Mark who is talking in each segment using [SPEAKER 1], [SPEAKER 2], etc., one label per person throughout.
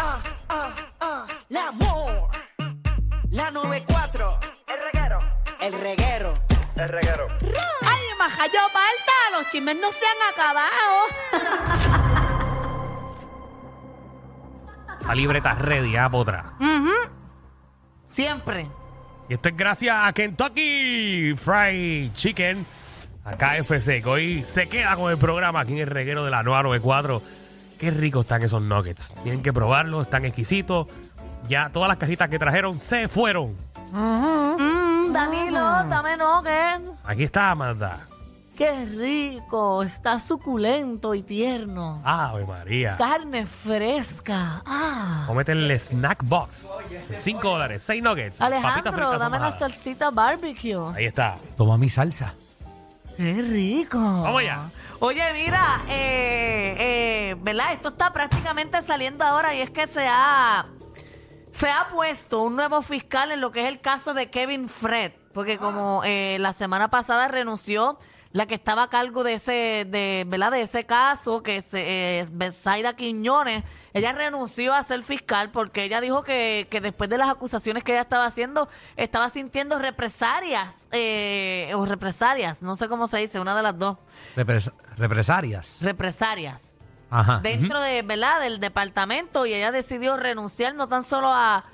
[SPEAKER 1] Ah.
[SPEAKER 2] Ah, amor. La 94.
[SPEAKER 1] El reguero.
[SPEAKER 2] El reguero.
[SPEAKER 1] El reguero.
[SPEAKER 3] Ay, majayo palta, los chismes no se han acabado.
[SPEAKER 4] Esa libreta ready, ah, potra.
[SPEAKER 5] Siempre.
[SPEAKER 4] Y esto es gracias a Kentucky Fried Chicken, a KFC, que hoy se queda con el programa aquí en el reguero de la 994. Qué ricos están esos nuggets. Tienen que probarlos, están exquisitos. Ya todas las cajitas que trajeron se fueron.
[SPEAKER 5] Mm, Danilo, dame nugget.
[SPEAKER 4] Aquí está Amanda.
[SPEAKER 5] Qué rico. Está suculento y tierno.
[SPEAKER 4] Ave María.
[SPEAKER 5] Carne fresca. Ah.
[SPEAKER 4] Cómete el snack box. 5 dólares, 6 nuggets. papitas
[SPEAKER 5] Alejandro,
[SPEAKER 4] fritas
[SPEAKER 5] dame la
[SPEAKER 4] ahumadas.
[SPEAKER 5] salsita barbecue.
[SPEAKER 4] Ahí está.
[SPEAKER 6] Toma mi salsa.
[SPEAKER 5] Qué rico.
[SPEAKER 4] Vamos allá.
[SPEAKER 5] Oye, mira, eh, eh, ¿verdad? Esto está prácticamente saliendo ahora y es que se ha, se ha puesto un nuevo fiscal en lo que es el caso de Kevin Fred, porque como eh, la semana pasada renunció la que estaba a cargo de ese, de, ¿verdad? De ese caso, que es, eh, es Betsaida Quiñones, ella renunció a ser fiscal porque ella dijo que, que después de las acusaciones que ella estaba haciendo, estaba sintiendo represalias, eh, o represalias, no sé cómo se dice, una de las dos
[SPEAKER 6] Repres- represalias.
[SPEAKER 5] represalias
[SPEAKER 6] Ajá.
[SPEAKER 5] dentro de, ¿verdad? del departamento y ella decidió renunciar no tan solo a,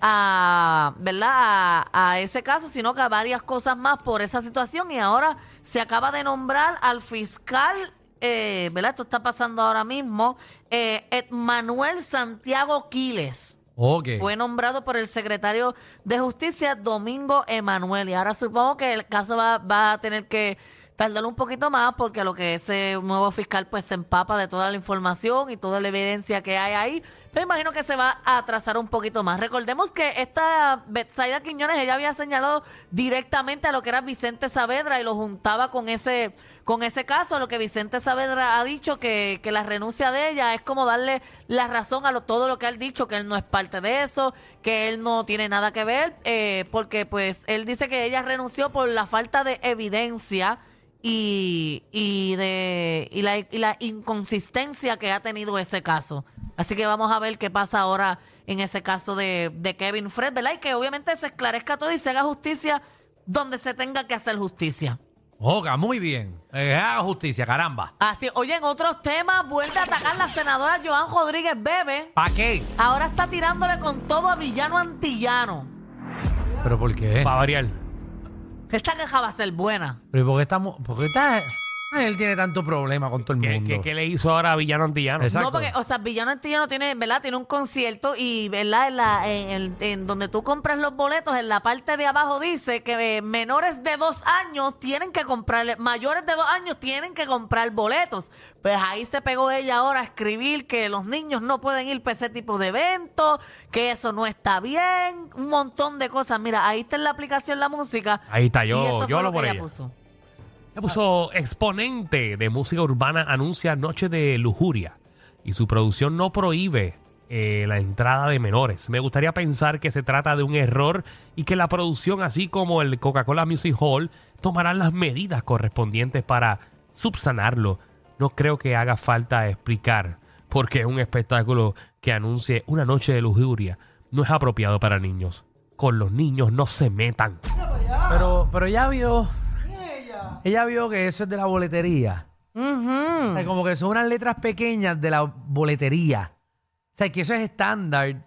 [SPEAKER 5] a ¿verdad? A, a ese caso, sino que a varias cosas más por esa situación y ahora se acaba de nombrar al fiscal, eh, ¿verdad? Esto está pasando ahora mismo, eh, Ed Manuel Santiago Quiles.
[SPEAKER 6] Ok.
[SPEAKER 5] Fue nombrado por el secretario de Justicia Domingo Emanuel. Y ahora supongo que el caso va, va a tener que tardar un poquito más porque a lo que ese nuevo fiscal pues se empapa de toda la información y toda la evidencia que hay ahí. Me imagino que se va a atrasar un poquito más. Recordemos que esta Betsaida Quiñones, ella había señalado directamente a lo que era Vicente Saavedra y lo juntaba con ese con ese caso, lo que Vicente Saavedra ha dicho, que, que la renuncia de ella es como darle la razón a lo- todo lo que él ha dicho, que él no es parte de eso, que él no tiene nada que ver, eh, porque pues él dice que ella renunció por la falta de evidencia y, y de y la, y la inconsistencia que ha tenido ese caso. Así que vamos a ver qué pasa ahora en ese caso de, de Kevin Fred, ¿verdad? Y que obviamente se esclarezca todo y se haga justicia donde se tenga que hacer justicia.
[SPEAKER 6] Oga, muy bien. Eh, haga justicia, caramba.
[SPEAKER 5] Así, oye, en otros temas, vuelve a atacar la senadora Joan Rodríguez Bebe.
[SPEAKER 6] ¿Para qué?
[SPEAKER 5] Ahora está tirándole con todo a Villano Antillano.
[SPEAKER 6] ¿Pero por qué?
[SPEAKER 4] Para variar.
[SPEAKER 5] Esta queja va a ser buena.
[SPEAKER 6] ¿Pero por qué estamos.? ¿Por qué está.? Eh, Él tiene tanto problema con todo el
[SPEAKER 4] ¿Qué,
[SPEAKER 6] mundo.
[SPEAKER 4] qué- qué le hizo ahora a Villano Antillano?
[SPEAKER 6] Exacto.
[SPEAKER 5] No, porque, o sea, Villano Antillano tiene, ¿verdad? Tiene un concierto y, ¿verdad? En, la- en- en- en donde tú compras los boletos, en la parte de abajo dice que eh, menores de dos años tienen que comprar, mayores de dos años tienen que comprar boletos. Pues ahí se pegó ella ahora a escribir que los niños no pueden ir para ese tipo de eventos, que eso no está bien, un montón de cosas. Mira, ahí está en la aplicación la música.
[SPEAKER 4] Ahí está,
[SPEAKER 5] y
[SPEAKER 4] yo,
[SPEAKER 5] eso
[SPEAKER 4] yo lo
[SPEAKER 5] fue lo que
[SPEAKER 4] por
[SPEAKER 5] ella
[SPEAKER 4] ella.
[SPEAKER 5] puso.
[SPEAKER 4] Le puso exponente de música urbana anuncia Noche de Lujuria y su producción no prohíbe eh, la entrada de menores. Me gustaría pensar que se trata de un error y que la producción, así como el Coca-Cola Music Hall, tomarán las medidas correspondientes para subsanarlo. No creo que haga falta explicar porque un espectáculo que anuncie una noche de lujuria no es apropiado para niños. Con los niños no se metan.
[SPEAKER 6] Pero, pero ella vio. Ella vio que eso es de la boletería. O sea, como que son unas letras pequeñas de la boletería. O sea, que eso es estándar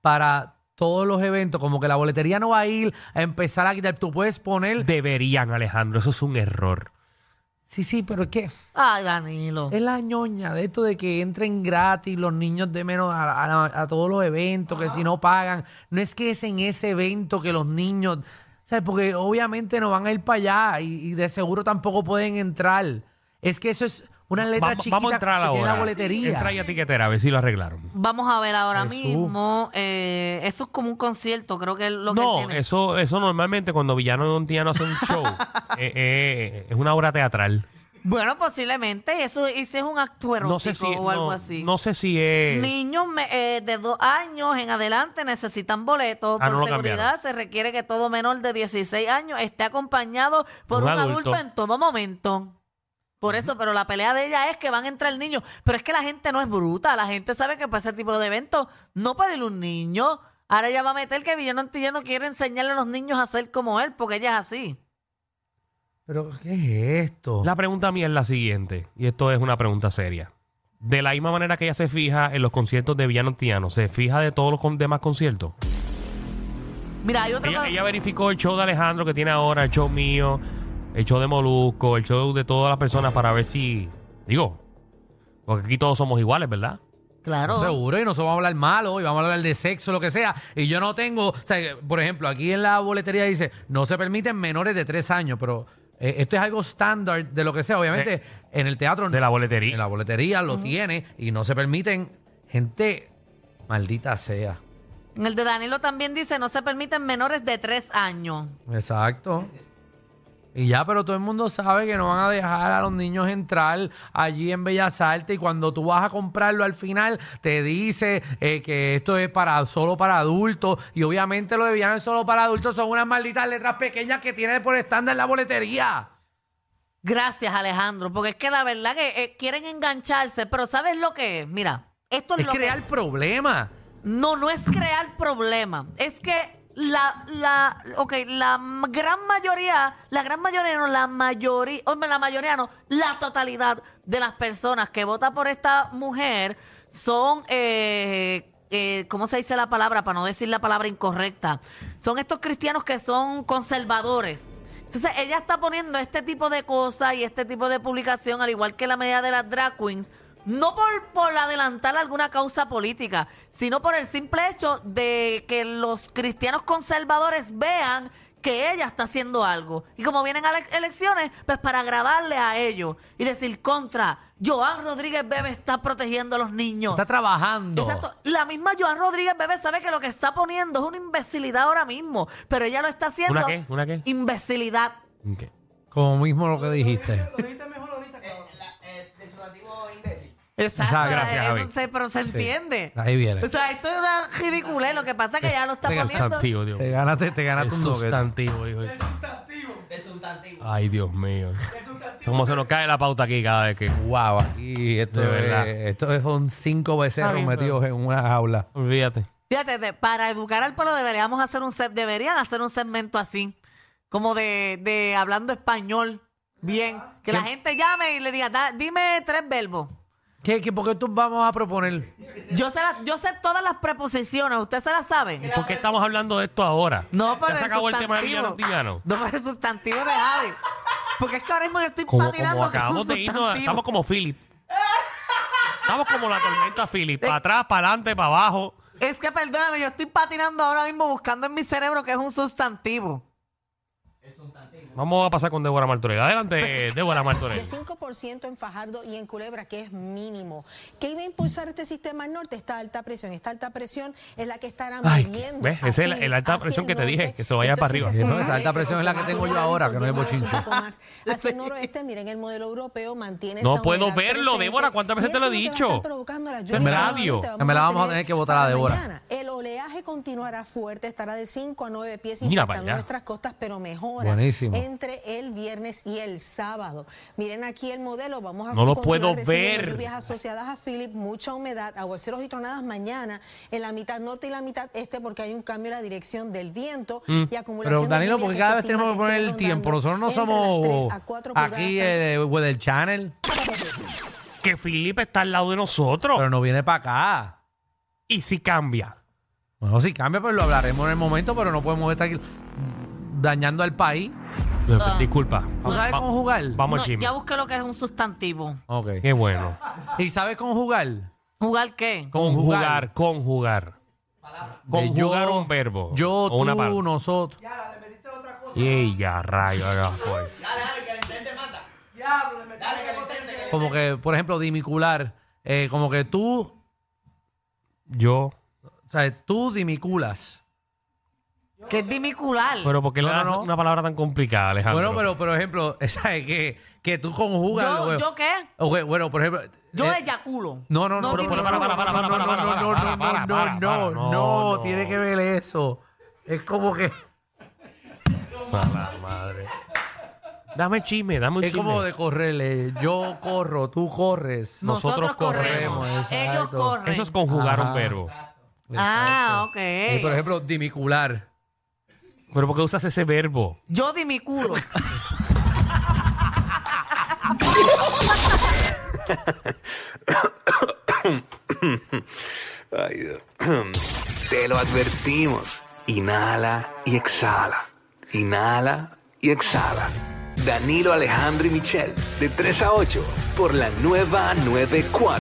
[SPEAKER 6] para todos los eventos. Como que la boletería no va a ir a empezar a quitar. Tú puedes poner.
[SPEAKER 4] Deberían, Alejandro, eso es un error.
[SPEAKER 6] Sí, sí, pero es que
[SPEAKER 5] Ay, Danilo.
[SPEAKER 6] es la ñoña de esto de que entren gratis los niños de menos a, a- a todos los eventos, que si no pagan. No es que es en ese evento que los niños. O sea, porque obviamente no van a ir para allá y, y de seguro tampoco pueden entrar. Es que eso es una letra
[SPEAKER 4] Vamos,
[SPEAKER 6] chiquita
[SPEAKER 4] vamos a entrar
[SPEAKER 6] que tiene
[SPEAKER 4] ahora.
[SPEAKER 6] la boletería.
[SPEAKER 4] Entra ya tiquetera, a ver si lo arreglaron.
[SPEAKER 5] Vamos a ver ahora
[SPEAKER 6] Jesús.
[SPEAKER 5] mismo. eh, eso es como un concierto, creo que es lo que él
[SPEAKER 4] No,
[SPEAKER 5] tiene.
[SPEAKER 4] eso, eso normalmente cuando Villano de Ontiano hace un show, eh, eh, es una obra teatral.
[SPEAKER 5] Bueno, posiblemente. y Eso y si es un acto erótico
[SPEAKER 4] No sé si,
[SPEAKER 5] o algo
[SPEAKER 4] no,
[SPEAKER 5] así.
[SPEAKER 4] no sé si es...
[SPEAKER 5] Niños me- eh, de dos años en adelante necesitan boletos.
[SPEAKER 4] Ah,
[SPEAKER 5] por
[SPEAKER 4] no lo
[SPEAKER 5] seguridad
[SPEAKER 4] cambiaron.
[SPEAKER 5] se requiere que todo menor de 16 años esté acompañado por un,
[SPEAKER 4] Un
[SPEAKER 5] adulto.
[SPEAKER 4] adulto.
[SPEAKER 5] en todo momento. Por eso, pero la pelea de ella es que van a entrar niños. Pero es que la gente no es bruta. La gente sabe que para ese tipo de eventos no pedirle un niño. Ahora ella va a meter que Villanante ya no quiere enseñarle a los niños a ser como él, porque ella es así.
[SPEAKER 6] Pero, ¿qué es esto?
[SPEAKER 4] La pregunta mía es la siguiente, y esto es una pregunta seria. De la misma manera que ella se fija en los conciertos de Villano Tiano, ¿se fija de todos los con- demás conciertos?
[SPEAKER 5] Mira, hay otro
[SPEAKER 4] Ella,
[SPEAKER 5] que-
[SPEAKER 4] ella verificó el show de Alejandro que tiene ahora, el show mío, el show de Molusco, el show de todas las personas para ver si. Digo, porque aquí todos somos iguales, ¿verdad?
[SPEAKER 5] Claro.
[SPEAKER 6] Seguro, y nosotros vamos a hablar malo, y vamos a hablar de sexo, lo que sea. Y yo no tengo, o sea, que, por ejemplo, aquí en la boletería dice, no se permiten menores de tres años, pero eh, esto es algo estándar de lo que sea. Obviamente, en el teatro...
[SPEAKER 4] Eh, De la boletería.
[SPEAKER 6] En la boletería lo tiene, y no se permiten gente maldita sea.
[SPEAKER 5] En el de Danilo también dice, no se permiten menores de tres años.
[SPEAKER 6] Exacto. Y ya, pero todo el mundo sabe que no van a dejar a los niños entrar allí en Bellas Artes y cuando tú vas a comprarlo al final te dice eh, que esto es para solo para adultos y obviamente lo de Villano es solo para adultos son unas malditas letras pequeñas que tiene por estándar la boletería.
[SPEAKER 5] Gracias, Alejandro, porque es que la verdad que eh, quieren engancharse, pero ¿sabes lo que es? Mira, esto es,
[SPEAKER 6] Es
[SPEAKER 5] lo que-
[SPEAKER 6] crear problemas.
[SPEAKER 5] No, no es crear problema. Es que la, la, ok, la m- gran mayoría, la gran mayoría no, la mayoría, hombre, la mayoría no, la totalidad de las personas que votan por esta mujer son, eh, eh, ¿cómo se dice la palabra? Para no decir la palabra incorrecta. Son estos cristianos que son conservadores. Entonces ella está poniendo este tipo de cosas y este tipo de publicación, al igual que la medida de las drag queens, no por, por adelantar alguna causa política, sino por el simple hecho de que los cristianos conservadores vean que ella está haciendo algo. Y como vienen a las elecciones, pues para agradarle a ellos y decir contra, Joan Rodríguez Bebe está protegiendo a los niños.
[SPEAKER 6] Está trabajando.
[SPEAKER 5] Exacto. La misma Joan Rodríguez Bebé sabe que lo que está poniendo es una imbecilidad ahora mismo, pero ella lo está haciendo.
[SPEAKER 4] ¿Una qué? ¿Una qué?
[SPEAKER 5] Imbecilidad.
[SPEAKER 4] Ok.
[SPEAKER 6] Como mismo lo que dijiste.
[SPEAKER 5] Exacto. eh,
[SPEAKER 6] Ah, gracias,
[SPEAKER 5] eso
[SPEAKER 4] Javi.
[SPEAKER 5] se- pero se entiende.
[SPEAKER 6] Ahí viene.
[SPEAKER 5] O sea, esto es una ridiculez. Lo que pasa es que ella lo está poniendo.
[SPEAKER 4] Sustantivo, Dios.
[SPEAKER 6] Te ganaste, te
[SPEAKER 4] El
[SPEAKER 6] ganaste un nugget.
[SPEAKER 4] Eh, sustantivo, hijo. Ay, Dios mío. Cómo se nos cae la pauta aquí cada vez que.
[SPEAKER 6] Wow, aquí esto
[SPEAKER 4] De
[SPEAKER 6] es,
[SPEAKER 4] verdad.
[SPEAKER 6] esto es- son cinco
[SPEAKER 4] Está
[SPEAKER 6] becerros
[SPEAKER 4] bien, pero-
[SPEAKER 6] metidos en una jaula.
[SPEAKER 4] Olvídate.
[SPEAKER 5] Fíjate, de- para educar al pueblo deberíamos hacer un se- deberían hacer un segmento así, como de, de hablando español. Bien. Que la gente llame y le diga, "Da- dime tres verbos.
[SPEAKER 6] ¿Qué, qué, ¿Por qué tú vamos a proponer?
[SPEAKER 5] Yo sé, la- yo sé todas las preposiciones, ¿usted se las sabe?
[SPEAKER 4] ¿Por qué estamos hablando de esto ahora?
[SPEAKER 5] No, pero
[SPEAKER 4] Ya se
[SPEAKER 5] el
[SPEAKER 4] acabó el tema de
[SPEAKER 5] sustantivo.
[SPEAKER 4] Villano Tiano.
[SPEAKER 5] No, pero el sustantivo de Javi. Porque es que ahora mismo yo estoy
[SPEAKER 4] Como,
[SPEAKER 5] patinando
[SPEAKER 4] como
[SPEAKER 5] con
[SPEAKER 4] acabamos
[SPEAKER 5] un
[SPEAKER 4] de irnos,
[SPEAKER 5] sustantivo.
[SPEAKER 4] estamos como Philip. Estamos como la tormenta Philip. Para atrás, para adelante, para abajo.
[SPEAKER 5] Es que perdóname, yo estoy patinando ahora mismo buscando en mi cerebro que es un sustantivo.
[SPEAKER 4] Vamos a pasar con Débora Martorell. Adelante, Débora Martorell.
[SPEAKER 1] de 5% en Fajardo y en Culebra, que es mínimo. ¿Qué iba a impulsar este sistema al norte? Esta alta presión. Esta alta presión es la que estará
[SPEAKER 4] Ay,
[SPEAKER 1] moviendo
[SPEAKER 4] ¿ves? Esa es
[SPEAKER 1] hacia
[SPEAKER 4] la-
[SPEAKER 1] el-
[SPEAKER 4] el alta
[SPEAKER 1] hacia
[SPEAKER 4] presión
[SPEAKER 1] el
[SPEAKER 4] que te
[SPEAKER 1] norte.
[SPEAKER 4] dije, que se vaya para arriba.
[SPEAKER 1] Entonces,
[SPEAKER 6] No, esa alta presión es la que
[SPEAKER 1] se
[SPEAKER 6] tengo yo
[SPEAKER 1] va a
[SPEAKER 6] ahora, que no es
[SPEAKER 1] llevar un
[SPEAKER 6] bochinche.
[SPEAKER 1] poco más. Hacia el noroeste, miren, el modelo europeo mantiene
[SPEAKER 4] No
[SPEAKER 1] esa
[SPEAKER 4] puedo
[SPEAKER 1] humedad
[SPEAKER 4] verlo,
[SPEAKER 1] presente.
[SPEAKER 4] Débora, ¿cuántas veces
[SPEAKER 1] Y
[SPEAKER 4] te lo
[SPEAKER 1] eso
[SPEAKER 4] he
[SPEAKER 1] es
[SPEAKER 4] dicho?
[SPEAKER 1] que va a estar provocando las lluvias
[SPEAKER 4] En
[SPEAKER 1] nuevamente
[SPEAKER 4] radio.
[SPEAKER 1] vamos
[SPEAKER 6] En verdad vamos a tener que votar a
[SPEAKER 1] para
[SPEAKER 6] Débora.
[SPEAKER 1] mañana. El oleaje continuará fuerte, estará de 5 a 9 pies
[SPEAKER 4] Mira
[SPEAKER 1] impactando
[SPEAKER 4] para allá.
[SPEAKER 1] nuestras costas, pero mejora
[SPEAKER 6] Buenísimo.
[SPEAKER 1] entre el viernes y el sábado. Miren aquí el modelo, vamos a
[SPEAKER 4] No lo
[SPEAKER 1] continuar
[SPEAKER 4] puedo
[SPEAKER 1] recibiendo
[SPEAKER 4] ver.
[SPEAKER 1] lluvias asociadas a Philip, mucha humedad, aguaceros y tronadas mañana en la mitad norte y la mitad este porque hay un cambio en la dirección del viento y
[SPEAKER 6] Mm. Pero
[SPEAKER 1] acumulación de
[SPEAKER 6] Danilo,
[SPEAKER 1] lluvia
[SPEAKER 6] porque
[SPEAKER 1] que
[SPEAKER 6] cada
[SPEAKER 1] se
[SPEAKER 6] vez
[SPEAKER 1] estima
[SPEAKER 6] tenemos que
[SPEAKER 1] esté
[SPEAKER 6] poner el
[SPEAKER 1] rondando
[SPEAKER 6] tiempo. Nosotros no
[SPEAKER 1] entre las
[SPEAKER 6] somos
[SPEAKER 1] 3 a 4
[SPEAKER 6] aquí
[SPEAKER 1] pulgadas.
[SPEAKER 6] eh, Weather Channel,
[SPEAKER 4] Que Philip está al lado de nosotros.
[SPEAKER 6] pero no viene para acá.
[SPEAKER 4] Y si cambia.
[SPEAKER 6] Bueno, si cambia, pues lo hablaremos en el momento, pero no podemos estar aquí dañando al país.
[SPEAKER 4] Disculpa.
[SPEAKER 6] ¿Tú sabes
[SPEAKER 4] Va-
[SPEAKER 6] conjugar?
[SPEAKER 4] Vamos,
[SPEAKER 5] No,
[SPEAKER 4] Jimmy.
[SPEAKER 5] ya busqué lo que es un sustantivo.
[SPEAKER 6] Ok.
[SPEAKER 4] Qué bueno.
[SPEAKER 6] ¿Y sabes conjugar?
[SPEAKER 5] ¿Jugar qué?
[SPEAKER 4] Conjugar, conjugar.
[SPEAKER 6] De
[SPEAKER 4] Conjugar un verbo.
[SPEAKER 6] Yo,
[SPEAKER 4] o una
[SPEAKER 6] tú,
[SPEAKER 4] palabra.
[SPEAKER 6] nosotros.
[SPEAKER 4] Y ya, rayo. ya fue.
[SPEAKER 6] Como que, por ejemplo, dimicular. eh, como que tú,
[SPEAKER 4] Yo.
[SPEAKER 6] o sea, tú dimiculas.
[SPEAKER 5] Que es dimicular.
[SPEAKER 4] Pero porque
[SPEAKER 6] No,
[SPEAKER 4] le
[SPEAKER 6] no,
[SPEAKER 4] das
[SPEAKER 6] no.
[SPEAKER 4] una palabra tan complicada, Alejandro.
[SPEAKER 6] Bueno, pero por ejemplo, ¿sabes qué? Que tú conjugas.
[SPEAKER 5] ¿Yo-
[SPEAKER 6] bueno.
[SPEAKER 5] yo qué?
[SPEAKER 4] Eh,
[SPEAKER 6] Ok, Oh, bueno, por ejemplo.
[SPEAKER 5] yo
[SPEAKER 6] eh,
[SPEAKER 5] eyaculo.
[SPEAKER 6] No, no, no,
[SPEAKER 5] No,
[SPEAKER 6] pero-
[SPEAKER 5] dime,
[SPEAKER 6] pero-
[SPEAKER 5] no,
[SPEAKER 6] para, para, para,
[SPEAKER 4] no, no,
[SPEAKER 6] para, para, no, no,
[SPEAKER 4] para,
[SPEAKER 6] no,
[SPEAKER 4] para, para,
[SPEAKER 6] no, no,
[SPEAKER 4] no.
[SPEAKER 6] tiene que ver eso. Es como que
[SPEAKER 4] A la madre. Dame chisme, dame un
[SPEAKER 6] Es
[SPEAKER 4] chisme.
[SPEAKER 6] como de correrle. Yo corro, tú corres, nosotros, corremos.
[SPEAKER 5] ellos
[SPEAKER 6] exacto.
[SPEAKER 5] corren.
[SPEAKER 4] Eso es conjugar
[SPEAKER 6] Ajá.
[SPEAKER 4] un verbo.
[SPEAKER 5] Ah,
[SPEAKER 6] Exacto.
[SPEAKER 5] ok.
[SPEAKER 6] Eh, por ejemplo, dimicular.
[SPEAKER 4] Pero ¿por qué usas ese verbo?
[SPEAKER 5] Yo di mi culo.
[SPEAKER 7] Ay, Dios. Te lo advertimos. Inhala y exhala. Inhala y exhala. Danilo Alejandro y Michel, de 3 a 8, por la nueva 94.